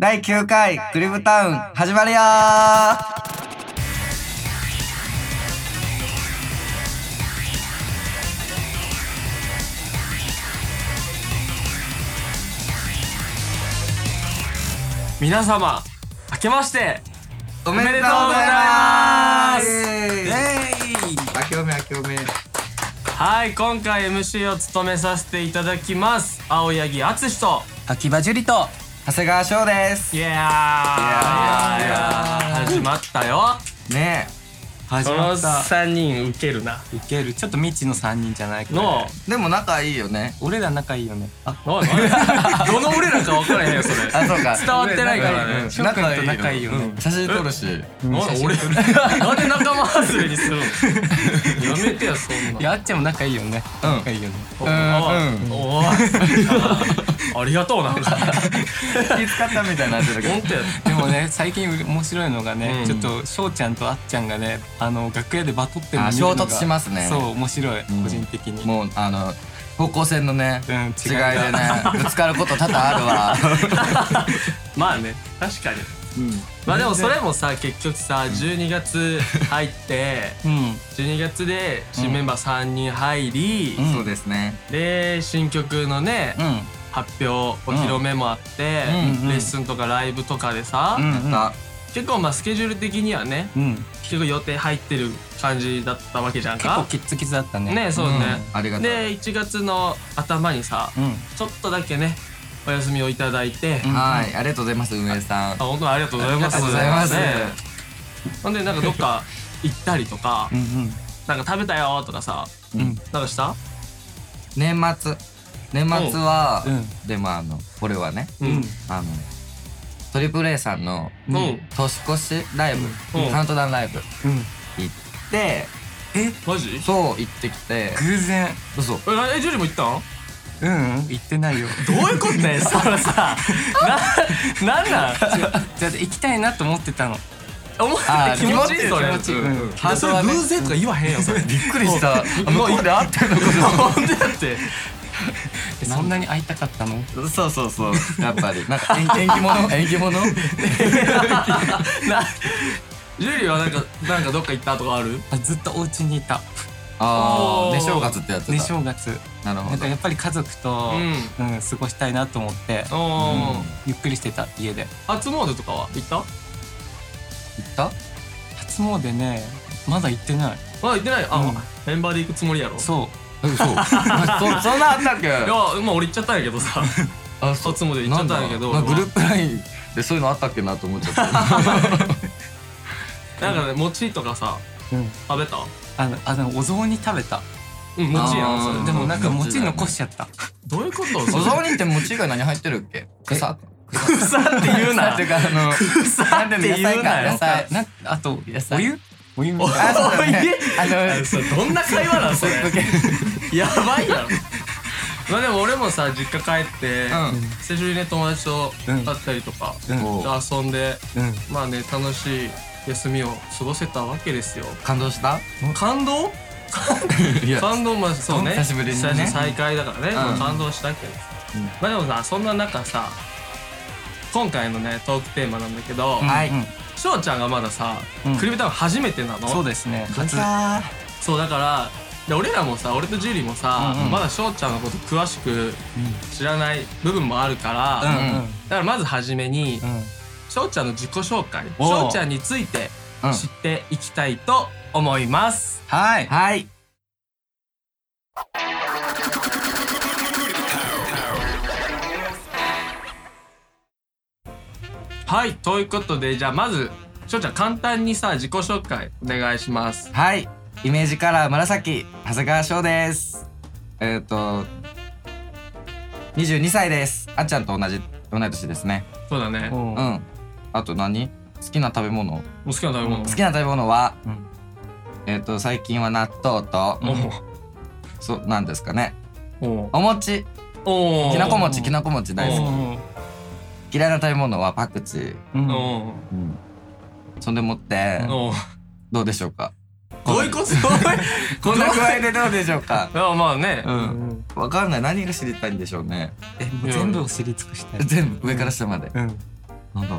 第9回グリブタウン始まるよー皆様明けましておめめででととううごござざいいまますす明けおめ明けおめはい今回 MC を務めさせていただきます青柳敦と秋葉樹里と長谷川翔ですイエーイーイ始まったよね始このまった3人ウケるないけるちょっと未知の3人じゃないけどのえでも仲いいよね俺ら仲いいよねあおいおい どの俺らか分からへんよそれあ そうか伝わってないからねうん翔くんと仲いいよね写真撮るしおい俺なんで仲間外れにするのやめてよそんないやあっちゃんも仲いいよねうん仲いいよねおうんおいありがとうなんか気使ったみたいになってたけど本当やでもね最近面白いのがうね、んちょっと翔ちゃんとあっちゃんがねあの楽屋でバトってるの あ見るのが衝突しますねそう面白い、ん個人的にもうあの方向性のねうん違い違でいがねぶつかること多々あるわまあね確かにまあでもそれもさ結局さ12月入ってうん12月で新メンバー3人入り、うん そうですねで新曲のね、うん発表お披露目もあって、うんうんレッスンとかライブとかでさ、うんやった結構まあスケジュール的にはねうん結構予定入ってる感じだったわけじゃん結構かキッズキズだったねねそうね、ありがとうで1月の頭にさ、うんちょっとだけねお休みをいただいて、あはいありがとうございます運営さん本当にありがとうございますありがとうございますねほんでなんかどっか行ったりとかうんうんなんか食べたよとかさうんなんかした年末年末はうんでもあのこれはねうんあのトリプル A さんのうん、年越しライブうんカウントダウンライブうん行ってマジそう行ってきて偶然嘘ええジュリも行ったんうん行ってないよどういうこと ねそれさななんなんだって行きたいなと思ってたの思ってあー気持ちいい気持ちいそいれ気持ちいいうんうんいやそれ偶然とか言わへん よそれびっくりした向こうで会ってるのほんでだってえそんなに会いたかったのかそうそうそうやっぱりなんか縁縁起 物縁起物なジュリはなんかなんかどっか行ったとかあるあずっとお家にいたあおあーね正月ってやつだね正月なるなほんどかやっぱり家族と、ううん過ごしたいなと思って、おうおんゆっくりしてた家で初詣とかは行った行った初詣ねまだ行ってないまだ行ってないよあうんメンバーで行くつもりやろいそ嘘 そそんなあったっけやまあ俺行っちゃったんやけど さあそう初詣行っちゃったんやけどなんだなんかグループラインでそういうのあったっけなと思っちゃったなんかね餅とかさう、うん、食べたあのあのお雑煮食べたうん餅やんそあーれでもなんか餅だ餅ね残しちゃった、どういうことお雑煮って餅以外何入ってるっけ草草って言う草 なっていうかあの草って野言菜うかな野よ菜なんかあと野菜お湯お湯もあそうだねあのそれどんな会話なんそれ やばいやろ まあでも俺もさ実家帰って、うん久しぶりにね友達と会ったりとか、うんおう遊んでうんまあね楽しい休みを過ごせたわけですよ感動した感動いや感動まあそうね久しぶりにね久しぶり再会だからね、んまあ感動したけど、うんまあでもさそんな中さ今回のねトークテーマなんだけどはいうん翔、ちゃんがまださ、うんクリビタウン初めてなのそうですね初さそうだからで俺らもさ俺とジュリーもさ、うんうんまだ翔ちゃんのこと詳しく知らない部分もあるから、うだんうんからまず初めにうん翔、ちゃんの自己紹介おう翔ちゃんについてうん知っていきたいと思います、はいはいはいということでじゃあまず翔ちゃん簡単にさ自己紹介お願いしますはいイメージカラー紫長谷川翔ですえっと22歳ですあっちゃんと同じ同い年ですねそうだねうもうんんあと何好きな食べ物う好きな食べ物好きな食べ物はうんえっと最近は納豆とそうなんですかねおおお餅おきなこ餅おきなこ餅大う好んき嫌いな食べ物はパクチーうんおうんそんでもっておどうでしょうかどういうことこんな具合でどうでしょうかまあまあね、うん わかんない何が知りたいんでしょうねえもう全部を知り尽くしたい全部上から下までうんなんだろう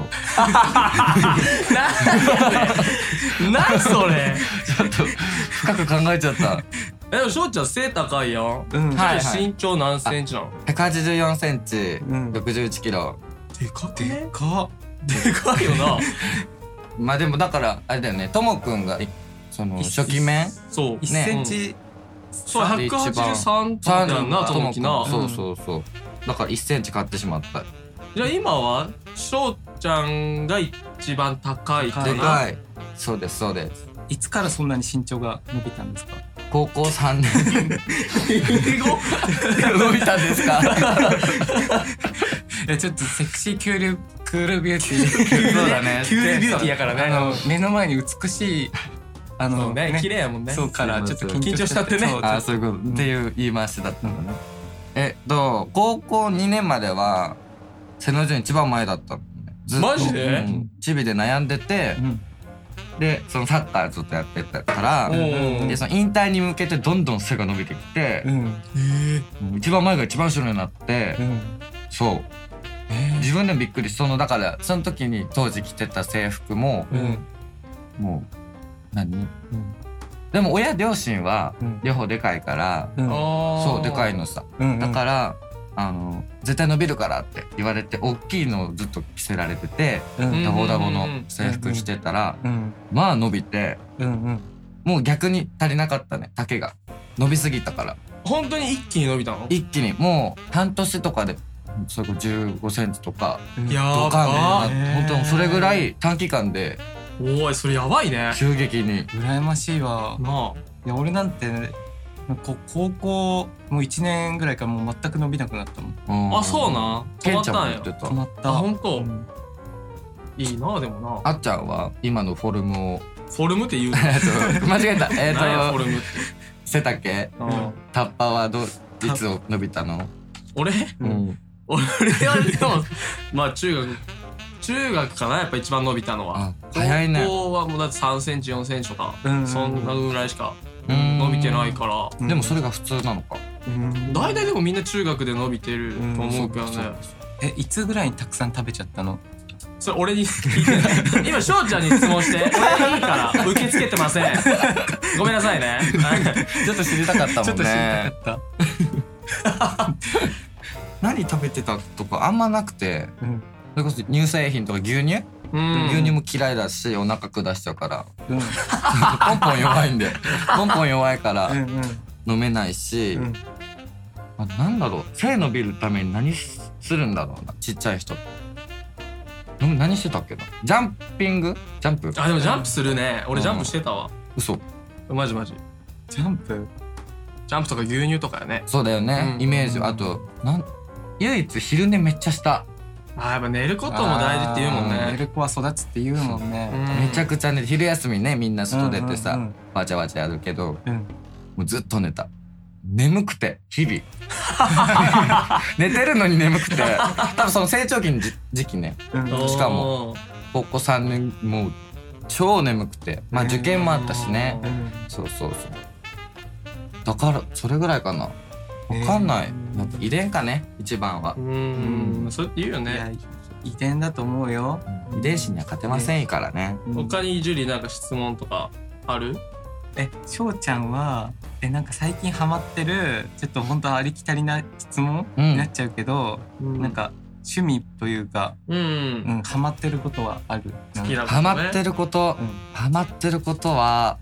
何それちょっと深く考えちゃった えでも翔ちゃん背高いやんうんはい身長何センチなの184センチ、ん61キロでかくでねかでかいよなまあでもだからあれだよねともくんがいそのい初期面そう1ねセンチそうで一番183とかやんな友樹なともくんそうそうそうだから1センチ買ってしまったじゃあ今は翔ちゃんが一番高いかなでかいそうですそうですいつからそんなに身長が伸びたんですか高校3年伸びたんですかいやちょっとセクシークールクールビューティーそうだねキュールビューティーやからね あの目の前に美しいあそうのね綺麗やもんねそうからちょっと緊張しちゃって緊張しちゃってねそうあそういうこと、っていう言い回しだったんだねえっと高校2年までは背の順一番前だったのねずっとマジでうんチビで悩んでてうんでそのサッカーずっとやってたからおーでその引退に向けてどんどん背が伸びてきてう、んえ一番前が一番後ろになって、うんそう自分でもびっくりそのだからその時に当時着てた制服もーうんもう何うんでも親両親はうん両方でかいから、うんあーそうでかいのさうんだから、あの絶対伸びるからって言われて大きいのをずっと着せられててらうんダボダボの制服着てたら、うんまあ伸びてうんうんもう逆に足りなかったね丈が伸びすぎたから本当に一気に伸びたの一気にもう半年とかでそれこそ1 5センチとかうんやドカばンでなって本当にそれぐらい短期間でおいそれやばいね急激に羨ましいわないや俺なんてこ高校もう1年ぐらいからもう全く伸びなくなったもんああそうなケ止まンっちゃんたもん言やってた止まったあ本当うんいいなでもなあっちゃんは今のフォルムをフォルムっ て言うのえっ と間違えたえっ何やフォとルムって背丈うんうんタッパはどういつ伸びたの俺うん俺はでもまあ中学中学かなやっぱ一番伸びたのはあ早いね高校はもうだって3センチ4センチとかうんそんなぐらいしかうん伸びてないからうんでもそれが普通なのかうん大体でもみんな中学で伸びてると思うけどうんそうねかえいつぐらいにたくさん食べちゃったのそれ俺に聞いてない今翔ちゃんに質問して 俺いいから受け付けてませんごめんなさい ねちょっと知りたかった ちもょっんと知りたねかっ 何食べてたとかあんまなくてたうんそれこそ乳製品とか牛乳うん牛乳も嫌いだしお腹下しちゃうからうんポンポン弱いんで ポンポン弱いからうんうん飲めないし、うんあなんだろう背伸びるために何するんだろうなちっちゃい人な何してたっけなジャンピングジャンプあでもジャンプするね俺ジャンプしてたわ嘘マジマジジャンプジャンプとか牛乳とかやねそうだよね、うんイメージあとなん唯一昼寝めっちゃした、あーやっぱ寝ることも大事って言うもんあー寝ねる子は育つって言うもんねめちゃくくちゃ寝て昼休みねみんな外出てさ、うんうんわちゃわちゃやるけどうんもうずっと寝た眠くて日 々寝てるのに眠くて多分その成長期の時時期ねうんしかも高校3年もう超眠くてまあ受験もあったしね、うんそうそうそうだからそれぐらいかなわかんない、えーやっぱ遺伝かね一番はう、んそれって言うよいやね遺伝だと思うよ遺伝子には勝てませんからね、他に樹里なんか質問とかあるえしょうちゃんはえなんか最近ハマってるちょっと本当ありきたりな質問うんになっちゃうけどなんか趣味というかうんうんハマってることはある好きなことねハマってることうんハマってることは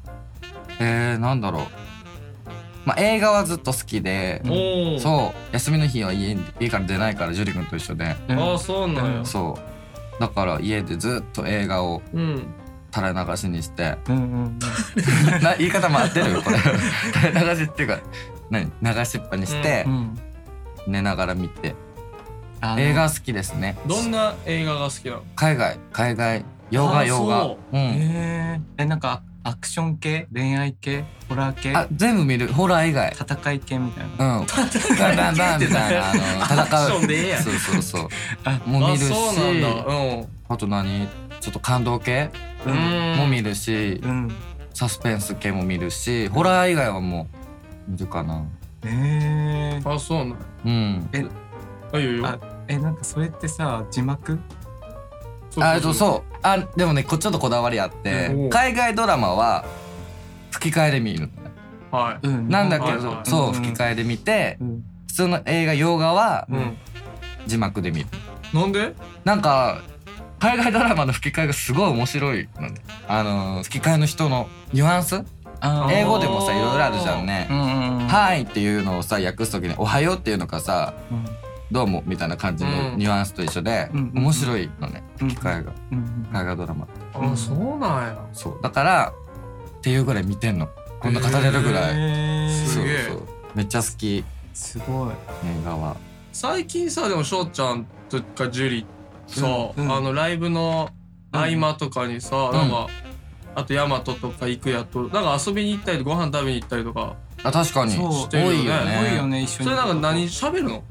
えー、なんだろうまあ映画はずっと好きで、うんおおそう休みの日は家に家から出ないから樹君と一緒でうんああそうなんやそうだから家でずっと映画をうん垂れ流しにしてうんうんう んな言い方も合ってるこれ 垂れ流しっていうか何流しっぱにしてう、ん寝ながら見てあの映画好きですねどんな映画が好きなの海外海外洋あ画ー洋画そうう、ん、えーえなんかアクション系恋愛系ホラー系あ全部見るホラー以外戦い系みたい なうんだんだんだんみたいなあのアクション 戦うでええやんそうそうそうもう見 あるしそうなんだあと何ちょっと感動系うんうんも見るし、うんサスペンス系も見るしホラー以外はもう見るかなえーあそうなんうんえあいいよいいよあえなんかそれってさ字幕そうあえっとそうあでもねこちょっとこだわりあってうん海外ドラマは吹き替えで見るのねうはうんなんだけはいはいどはいそう吹き替えで見てうん普通の映画洋画はいうん字幕で見るなんでなんか海外ドラマの吹き替えがすごい面白いのねあの吹き替えの人のニュアンスあー英語でもさいろいろあるじゃんねうんうんう「んはい」っていうのをさ訳す時に「おはよう」っていうのかさうん「どうも」みたいな感じのうんニュアンスと一緒でうんうんうん面白いのねうん吹き替えがうんうん海外ドラマあーそうなんやそうだからっていうぐらい見てんのこんな語れるぐらい、へーそすうげえそうめっちゃ好き映すごい画は最近さでも翔ちゃんとかジュリさ、うんうんあのライブの合間とかにさ、んなんかあとヤマトとか行くやとなんか遊びに行ったりご飯食べに行ったりとかあ確かにそ多う多いいよよすねねごいよね一緒そにれなんか何喋るの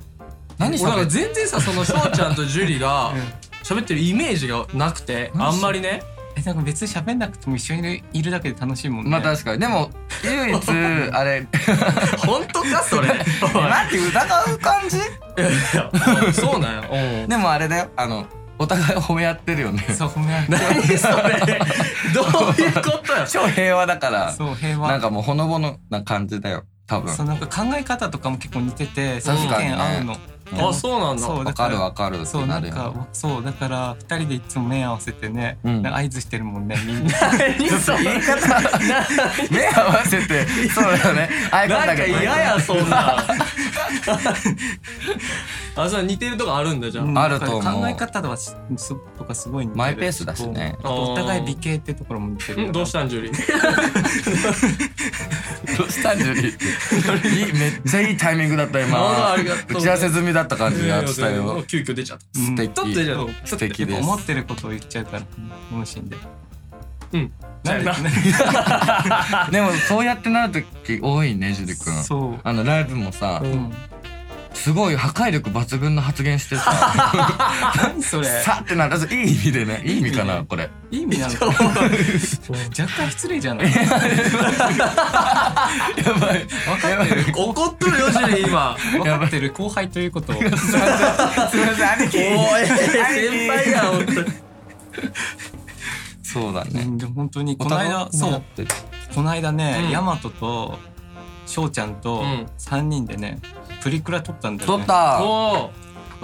何し俺たなんかべ全然さその翔ちゃんとジュリがうん喋ってるイメージがなくて何あしんまりねえなんか別に喋んなくても一緒にいるだけで楽しいもんねまあ確かにでも唯一あれ本当かそれおいなんて疑う感じいやいやそうなんやうんでもあれだよあのお互い褒め合ってるよねそう褒められて何それどういうことや超平和だからそう平和なんかもうほのぼのな感じだよ多分そうなんか考え方とかも結構似ててそう確意かにね見合うのあそうなんだそうわかるわかるってそうななんるよねかそうだから二人でいつも目合わせてね、うんなんか合図してるもんねみんな何それ言い方 目合わせてそうだよねアイコンなんタかクト嫌やそんなあそう似てるとこあるんだじゃあ、うんあると思うだから考え方とかしすとかすごい似てるマイペースだしねそうあとお互い美形ってところも似てうるんどうしたんジュリーどうしたんジュリーいいめっちゃいいタイミングだったあー今ありがとう打ち合わせ済みだった感じになってたもよう急遽出ちゃった素敵取ってじゃん素敵やっでぱす思ってることを言っちゃうから本心でうんなんでじゃあなでもそうやってなる時多いねジ ュリ君そあのライブもさう、うん、すごい破壊力抜群の発言してさ何それさってならずいい意味でねいい意味かなこれいい意味なのか 若干失礼じゃないやばい分かってる怒っとるよジュリー今分かってる後輩ということをすいません兄おい先輩や本当にそうだうねんでも本当にこの間そうこの間うねんヤマトと翔ちゃんとうん3人でねプリクラ撮ったんだよ取っねたお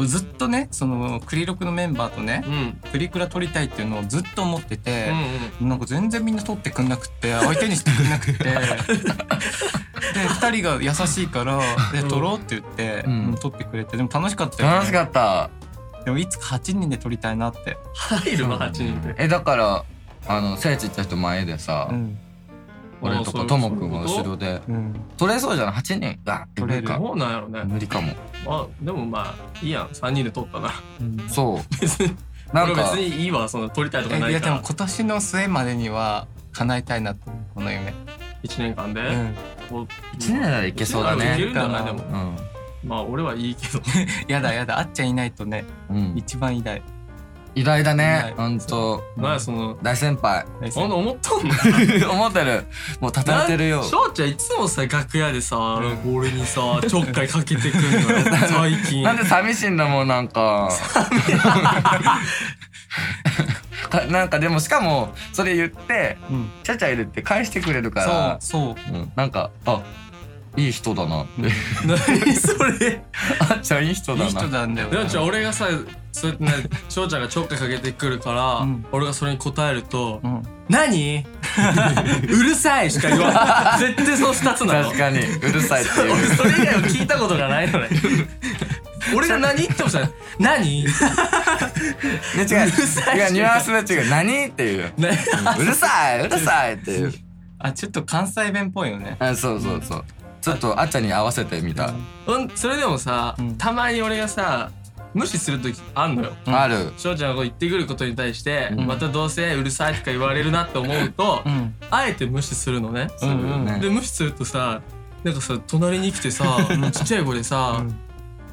ずっとねそのクリロクのメンバーとねーうんプリクラ撮りたいっていうのをずっと思ってうてん、なんか全然みんな撮ってくんなくって相手にしてくんなくって。で2人が優しいからでうん撮ろうって言って、うんうん撮ってくれてでも楽しかったよ、ね、楽しかったでもいつか8人で撮りたいなって、入るの8人でえだからあの聖地行った人前でさ、うん俺とあかーとそういうもくんは後ろでうん、取れそうじゃない8人あ取れるかどうなんやろね無理かもまあでもまあいいやん3人で撮ったなそう別になん俺か別にいいわその撮りたいとかえないいやでかもら今年の末までには叶えたいなと思うこの夢、 1年間で、うん、こう1年ならいけそうだいけねるんじゃないでもうんまあ俺はいいけどやだやだあっちゃんいないとねうん一番偉大偉大だ偉ねいほんとなんやその大先輩 大ほん先と思っとんの思ってるもう叩いてるよ翔ちゃんいつもさ楽屋でさ俺にさちょっかいかけてくんのよ最近なんで寂しいんだもんなんかか なんかでもしかもそれ言ってうん、ちゃちゃ入れて返してくれるからそうそううん、なんかあいい人だなって 何それあっちゃんいい人いいだな人なんだよでもちゃん俺がさそうやってね翔ちゃんがちょっかいかけてくるから、うん俺がそれに答えると「うん、何 うるさい!」しか言わない絶対その2つなの確かにうるさいってい俺うそれ以外は聞いたことがないのね 俺が何言ってもさ「何?」ね違ううるさい違うニュアンスで違う何っていう ねうるさいうるさいっていうあちょっと関西弁っぽいよねあそうそうそうちょっとあっちゃんに合わせてみたうん、それでもさ、うんたまに俺がさ無視する時あんのようんある翔ちゃんがこう言ってくることに対して、うんまたどうせうるさいとか言われるなって思うと、うんあえて無視するのね、そうよねで無視するとさなんかさ隣に来てさちっちゃい子でさ「うん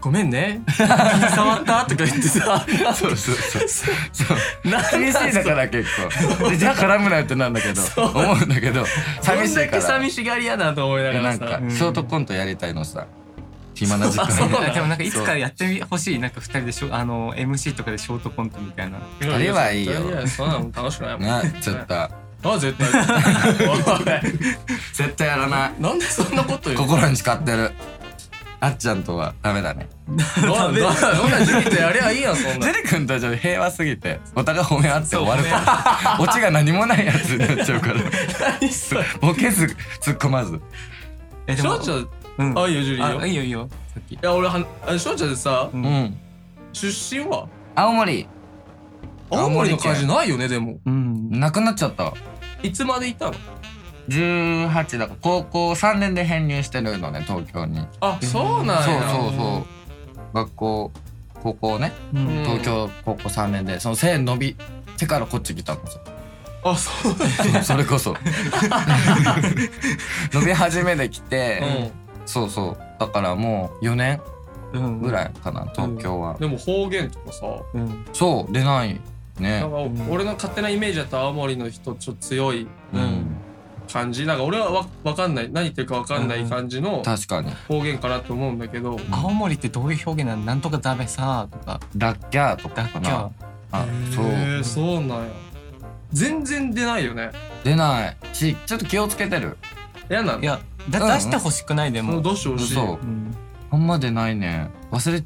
ごめん ね気に触った?」とか言ってさそうそうそうそうなん寂しいだから結構でじゃあ絡むなよってなんだけど思うんだけどど寂しんいだかけら寂しがり屋なんと思いながならんさかショートコントやりたいのさ暇な時あそう間なでんだえでもなんかいつかやってほしいなんか二人でしょあの MC とかでショートコントみたいなあれはいいよそんなの楽しくないもんなちょっとあ絶対お絶対やらないいなんでそんなこと言う心に誓ってるあっちゃんとはダメだねどんどんどんな時期とやりゃいいやんそんジなェリ君とはちょっと平和すぎてお互い褒め合って終わるそうから オチが何もないやつになっちゃう から何それボケず突っ込まずえでしょうちゃんあいいよジュリーいいあよいいいよいいよさっきや俺はあしょうちゃんでさううんん出身は青森青青森森県の感じないよねでもうんなくなっちゃったいつまでいたの18だから高校3年で編入してるのね東京にあそうそうなんやそうそう学校高校ねうん東京高校3年でその背伸びてからこっち来たのさあそうなんや そそれこそ伸び始めてきて、うそうそうだからもう4年うんぐらいかな東京は、んでも方言とかさうんそう出ないなねんか俺の勝手なイメージだと青森の人ちょっと強いうん感じなんか俺はわわかんない何言ってるかわかんない感じの確かに方言かなと思うんだけど青森ってどういう表現なのなんとかダメさとかラッキャーとだかっかきなゃあそうへーそうなんや全然出ないよね出ないしちょっと気をつけてる嫌なのいやだうん出してほしくないでももうどうしてほしいそううんあんま出ないね忘れち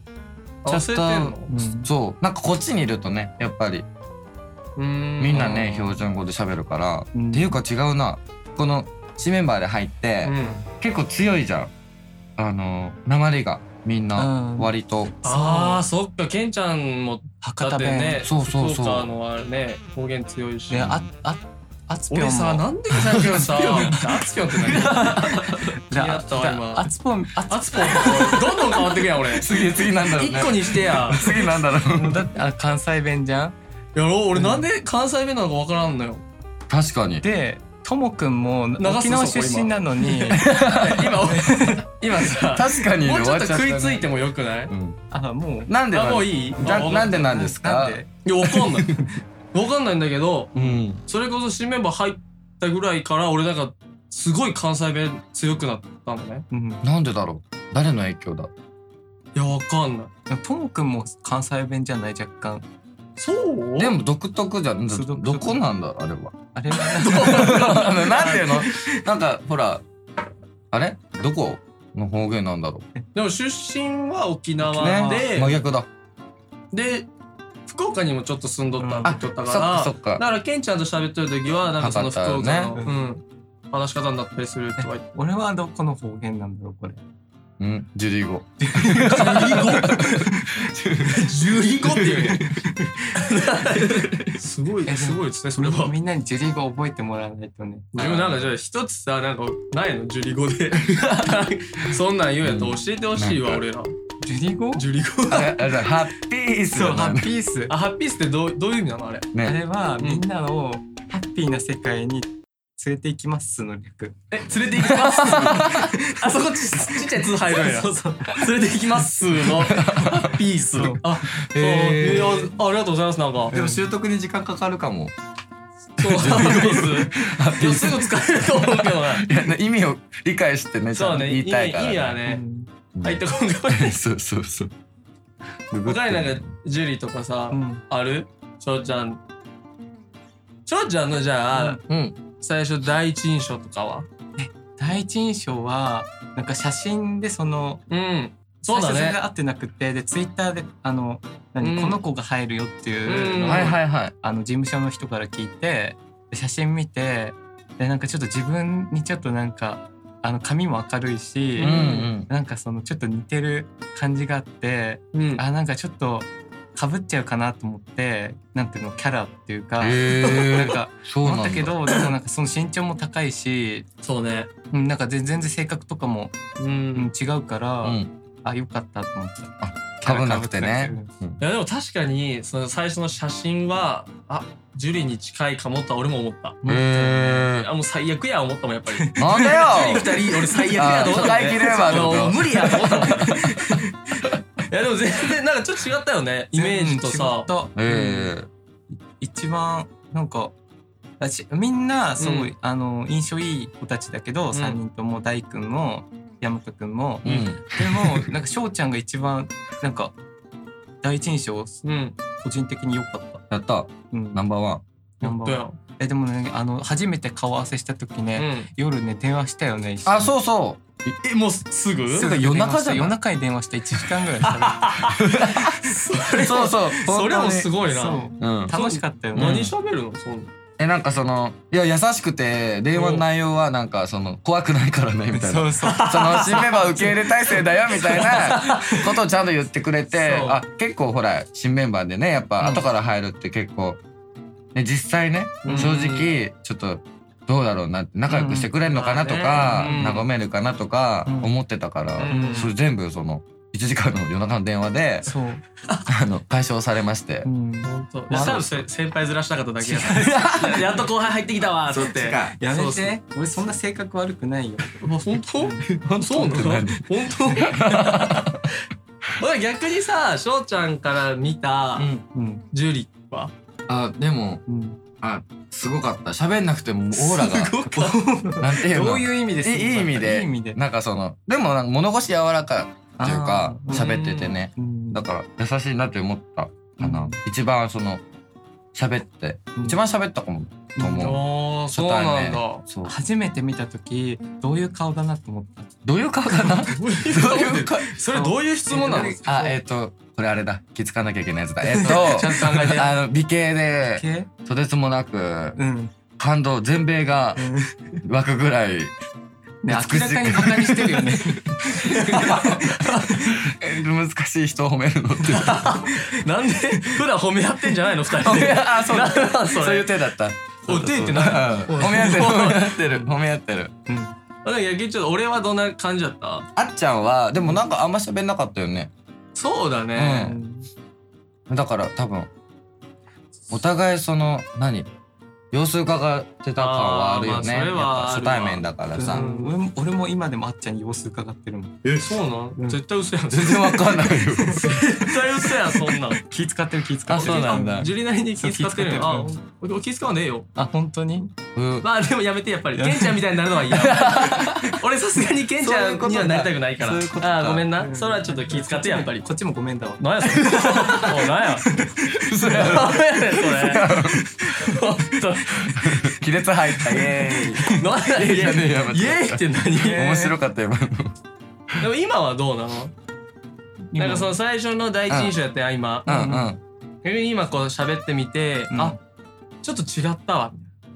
ゃった忘れてんのうんそうなんかこっちにいるとねやっぱりうーんみんなね標準語で喋るから、うんっていうか違うなこの新メンバーで入って、うん結構強いじゃんあの鉛がみんなうん割と、ああそっかケンちゃんも博だって多弁ねそうそうそう福岡のあれね方言強いしであああつぴょ俺んさもなんでさっきのさあつぴょんって何気になったわ今あつぽんああつぽんってどんどん変わってくやん俺次次なんだろうね一個にしてや次なんだろうもうだってあ関西弁じゃんやろう俺なんで関西弁なのかわからん のよ確かにでともくんもすぞ沖縄出身な のに今俺今さ確かにもうちょっと食終いわつちゃいったてもよくないうんあもうなんであなんもういいじゃあなんでなんですかなんでいやわかんない わかんないんだけどうんそれこそ新メンバー入ったぐらいから俺なんかすごい関西弁強くなったのねうんなんでだろう誰の影響だいやわかんないでもともくんも関西弁じゃない若干そうでも独特じゃん独ど特どこなんだあれはあれは あのなんていうの なんかほらあれどこの方言なんだろでも出身は沖う縄で、ね真逆だで福岡にもちょっと住んどったあ時そっだか、からそっだかからケンちゃんと喋ってる時はなんかその福岡の、博多うん、話し方になったりするとか 言って俺はどこの方言なんだろうこれうんジュリー語十二個っていうね すごいえでもすごいですねそれはみんなにジェリー語覚えてもらわないとね自分なんかじゃあ一つさなんかないのジュリ語 でそんなん言うんやったら教えてほしいわうん俺らジェリー語ジュリ語あれあれだハッピースそうだハねッピースあハッピースってどうどういう意味なのあれあねれはうんみんなをハッピーな世界に連れて行きますの略え連れて行きます あそこちちっちゃい「つ」入るんやそうそう連れて行きますのハッピースそうあそうへーいやあありがとうございますなんかでも習得に時間かかるかもそうハッピーハッスいやすぐ使えると思うけど ないやね意味を理解してねちそゃうんとね言意い味たいから意味はうねん入って こんかも ねそうそうそう。他になんかジュリーとかさうんある翔ちゃん翔ちゃんのじゃあうん。最初第一印象とかは第一印象はなんか写真でそのうんそうだ最初それねが合ってなくてでツイッターであの何、うんこの子が入るよっていうのうを、んはいはいはい。あの事務所の人から聞いてで写真見てでなんかちょっと自分にちょっとなんかあの髪も明るいし、うんうん。なんかそのちょっと似てる感じがあってうんあなんかちょっとかぶっちゃうかなと思ってなんていうのキャラっていうか、なえんー、かそうなん思だ。ったけどでもなんかその身長も高いしそうねうんなんか全全然性格とかも、ううんん、違うから、うん。あよかったと思ってかぶなくてね。いやでも確かにその最初の写真はあジュリーに近いかもとは俺も思ったへえあもう最悪や思ったもんやっぱりジー。なんだュリよ。ー二人俺最悪やと思ったもんあ戦ねいきればってこと あの無理やと思ったもんねいやでも全然なんかちょっと違ったよねイメージとさうん違ったえー。一番なんかあしみんなすごい、うあの印象いい子たちだけど、ん三3人とも大君も山く君も、うでんもなんか翔ちゃんが一番なんか第一印象うん。個人的に良かった、やったうん、ナンバーワンナンバーワン本えでもねあの初めて顔合わせした時当やね、うん。夜ね電話したよねあそううそえ、もうすぐすぐ夜中じゃない夜中に電話して1時間ぐらい 喋そうれそうもそうそれもすごいってそな。ううん楽しかったよね、何喋るのそんなえなんかそのいや優しくて電話の内容はなんかその怖くないからねみたいなそうそう その新メンバー受け入れ体制だよみたい なことをちゃんと言ってくれてそうあ結構ほら新メンバーでねやっうんぱ後から入るって結構、ね、実際ねうん正直ちょっとどうだろうなって仲良くしてくれるのかなとうか、んまあね和めるかなとかうん思ってたから、うんそれ全部その1時間の夜中の電話でそう、あの解消されましてう。ん、本当。まあ多分せ先輩ずらしたかっただけやから。 やっと後輩入ってきたわーって。やそうめそうて俺そんな性格悪くないよもう本当 そうなの本本 当俺逆にさ翔ちゃんから見たうんうんジュリは あでもうんあすごかった喋んなくてもオーラすごかっがなんていうのどういう意味ですいいいい意味でいい意味でなんかそのでもなんか物腰柔らかいっていうかあー喋っててねうんだから優しいなって思ったかな、うん一番その喋って、うん一番喋ったかもと思う、ああ初そう対な面んだそう初めて見た時どういう顔だなと思ったどういう顔かなどどういうういう顔それどういう質問なのえ あえっ、とこれあれだ気づかなきゃいけないやつだえっ、ちとゃんと考えてあの美形で系とてつもなくうん感動全米がうん湧くぐらいね美しい明らかにバカにしてるよね難しい人を褒めるのってなんで普段褒め合ってんじゃないの二人であそうだなんだそ れそういう手だったお手ってなない褒め合ってる 褒め合ってる褒め合ってる逆にちょっと俺はどんな感じだったあっちゃんはでもなんかあんま喋んなかったよねそうだ うねんだから多分お互いその何様子伺ってた感はあるよねあーまあそれやはっぱ初対面だからさ、うん俺も俺も今でもあっちゃんに様子伺ってるもんえそうなん、うん絶対嘘やん全然わかん ないよ絶対嘘やんそんなん気使ってる気使ってるあそうなんだジュリなりに気使ってるよあそう気俺気使わねえよあ本当にうんまあでもやめてやっぱりケンちゃんみたいになる のは嫌俺さすがにケンちゃんにはなりたくないからそういうことかああごめんなそれはちょっと気使ってやっぱりこっちもごめんだわなんやそれおいなんやそれなんやねんそれほんと亀裂入ったイエなんやーイイエーイじゃねえよイエーイって何面白かったよ今のでも今はどうなのなんかその最初の第一印象やって今うんうん逆に今こう喋ってみてうんあちょっと違ったわ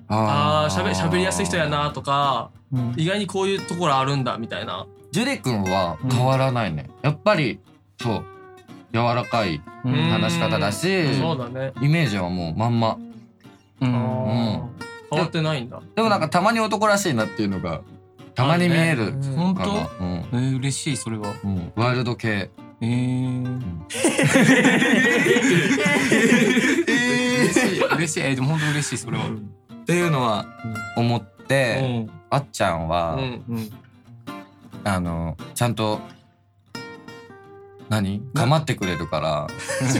あーしゃべしゃべりやすい人やなとかうん意外にこういうところあるんだみたいなジュリ君は変わらないね、やっぱりそう柔らかいうんうん話し方だし、そうだねイメージはもうまんまうんあー変わってないんだでもなんかたまに男らしいなっていうのがたまに見えるうん本か当な、うんえー嬉しいそれはうん、ワイルド系えー嬉しい嬉しいえーでも本当嬉しいそれはっていうのは思って、あっちゃんは、うんうんあのちゃんと何構ってくれるから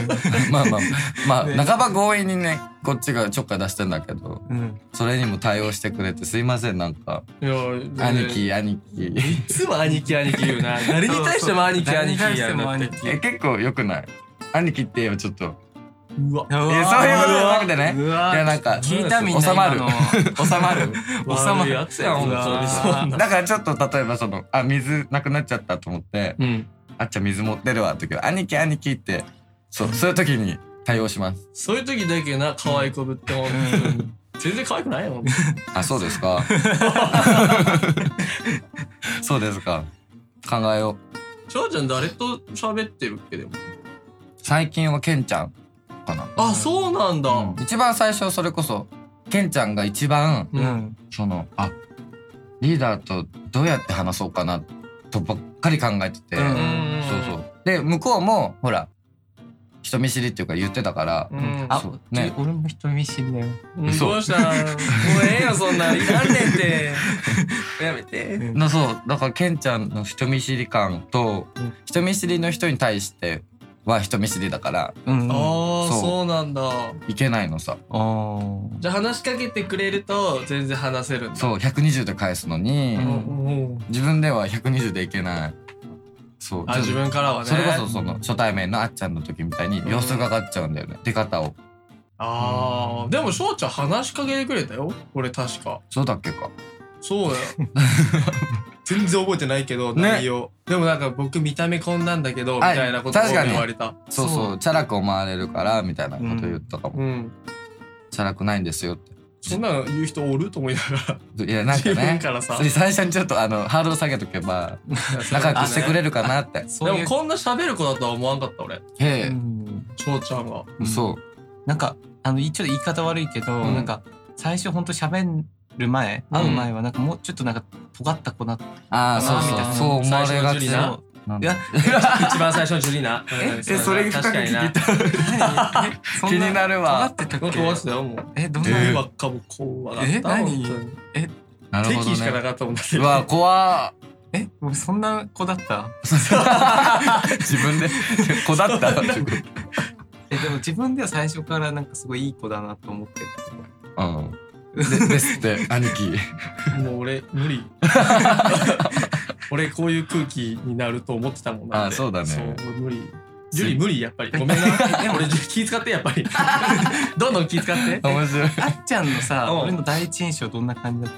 まあまあまあ、ね半ば強引にねこっちがちょっかい出してんだけどうんそれにも対応してくれてすいませんなんかいや兄貴兄貴いつも兄貴兄貴言 うな誰に対しても兄貴兄貴誰に対しやてんもだって兄貴え結構よくない兄貴って言えばちょっとうわいやそういうことじゃなくてねうわいやなんか聞いたみんな収まる今の収まる収まるやつやん本当にそん なだからちょっと例えばそのあ水なくなっちゃったと思ってうんあっちゃん水持ってるわって言うけど兄貴兄貴って そうそういう時に対応しますそういう時だけな可愛い子ぶっても全然可愛くない よあそうですか そうですか考えよう翔ちゃん誰と喋ってるっけでも最近はケンちゃんかな、あそうなんだうん一番最初それこそケンちゃんが一番うんうんそのあリーダーとどうやって話そうかなとばっかり考えてて、うんそうそうで向こうもほら人見知りっていうか言ってたから、うんあそうねね俺も人見知りだようん嘘どうしたもうええよそんないらんねん ってやめてなそうだからケンちゃんの人見知り感と、うん人見知りの人に対しては人見知りだからうんあああそうそうなんだいけないのさあーじゃあ話しかけてくれると全然話せるんだそう120で返すのに、ううんん自分では120でいけないそうあちょっと自分からはねそれこそその初対面のあっちゃんの時みたいに様子がかっちゃうんだよね、出方をああでも翔ちゃん話しかけてくれたよ俺確かそうだっけかそ うだよ全然覚えてないけどね内容、でもなんか僕見た目こんなんだけどみはいたいなことを確かに言われたそうそうそうチャラく思われるからみたいなこと言ったかも、うんチャラくないんですよってそんなの言う人おると思いながいやらなんか自分ねからさそれ最初にちょっとあのハードル下げとけば 仲良くしてくれるかなってそでういもうこんな喋る子だとは思わんかった俺へえ、うん翔ちゃんがうんそうなんかあのちょっと言い方悪いけど、うんなんか最初ほんと喋る前会う前はなんかもうちょっとなんか尖った子なって、あああそうーみたそういなそう思われがち最な初のジュリナなんいだや一番最初のジュリ ーナえうん確かにな 何えそん気になるわ尖ってたっ僕け終わってたよもうえどんな、えーばっかも怖かったえ何本当になるほど敵しかなねかったもんだけうどわ 怖っえ僕そんな子だった自分で子だったそう自分えでも自分では最初からなんかすごいいい子だなと思ってるうんでですって兄貴もう俺 無理俺こういう空気になると思ってたもんあそうだねそう俺無理ジュリー無理やっぱりごめんな 俺ジュリー気使ってやっ ぱりどんどん気使って面白いあっちゃんのさうん俺の第一印象どんな感じだっ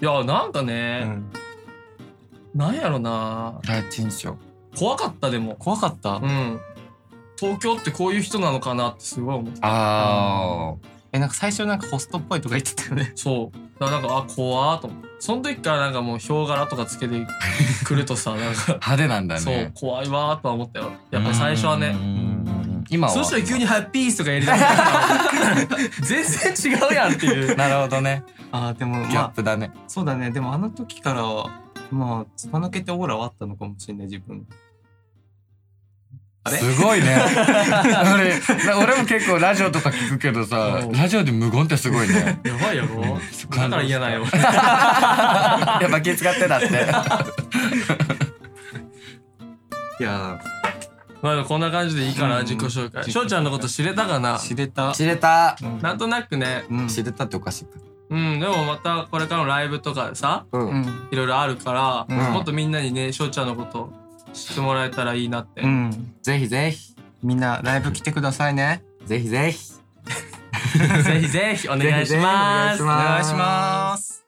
いやなんかた、ね、ん、なんやろな第一印象怖かったでも怖かった、うん東京ってこういう人なのかなってすごい思ってあえなんか最初なんかホストっぽいとか言ってたよねそうだからなんかあ怖ーと思ってその時からなんかもうヒョウ柄とかつけてくるとさなんあ か派手なんだそうね怖いわーとは思ったよやっぱり最初はうねんうんうんうん今はそしたら急にハッピースとかやりだしたら 全然違うやんっていう。 なるほどねあーでもギャッまあプだねそうだねでもあの時からまあつば抜けてオーラはあったのかもしれない自分あれすごい ね俺俺も結構ラジオとか聞くけどさうんラジオで無言ってすごいねやばいやろだから嫌なんよ。やっぱ気使ってだって。いや まあでもこんな感じでいいかな、うん自己紹介。翔ちゃんのこと知れたかな知れ た知れた。なんとなくね。うん知れたっておかしいか。うん、でもまたこれからのライブとかでさ、う。うんんいろいろあるから、うんもっとみんなにね、翔ちゃんのこと知ってもらえたらいいなって。うんぜひぜひ。みんなライブ来てくださいねぜひぜひ。 ぜひぜひお願いぜひぜひしまお。すお願願いいししまます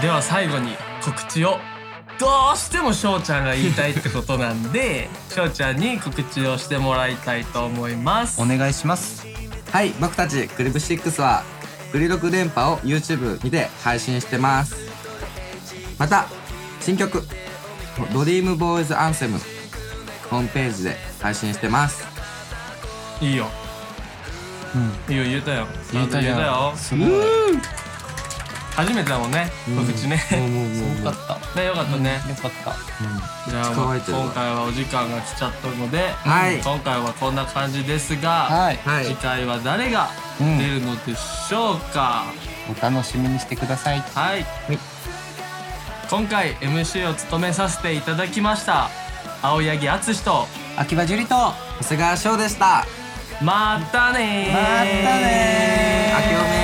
では最後に告知をどうしても翔ちゃんが言いたいってことなんで 翔ちゃんに告知をしてもらいたいと思いますお願いしますはい、僕たちクリブシックスはクリロク電波を YouTube にて配信してます。また新曲ドリームボーイズアンセムホームページで配信してます。いいよ、いいよ言えたよ言えたよ言えたよすごい初めてだもんね告知ね、よかっ ねよかったね、たよかったじゃあ使わ今れてるわ回はお時間が来ちゃったので、はい今回はこんな感じですが、はいはい次回は誰がうん出るのでしょうか、お楽しみにしてくださいはい、今回 MC を務めさせていただきました青柳敦史と秋葉樹里と長谷川翔でした。またねーまたねー明けおめ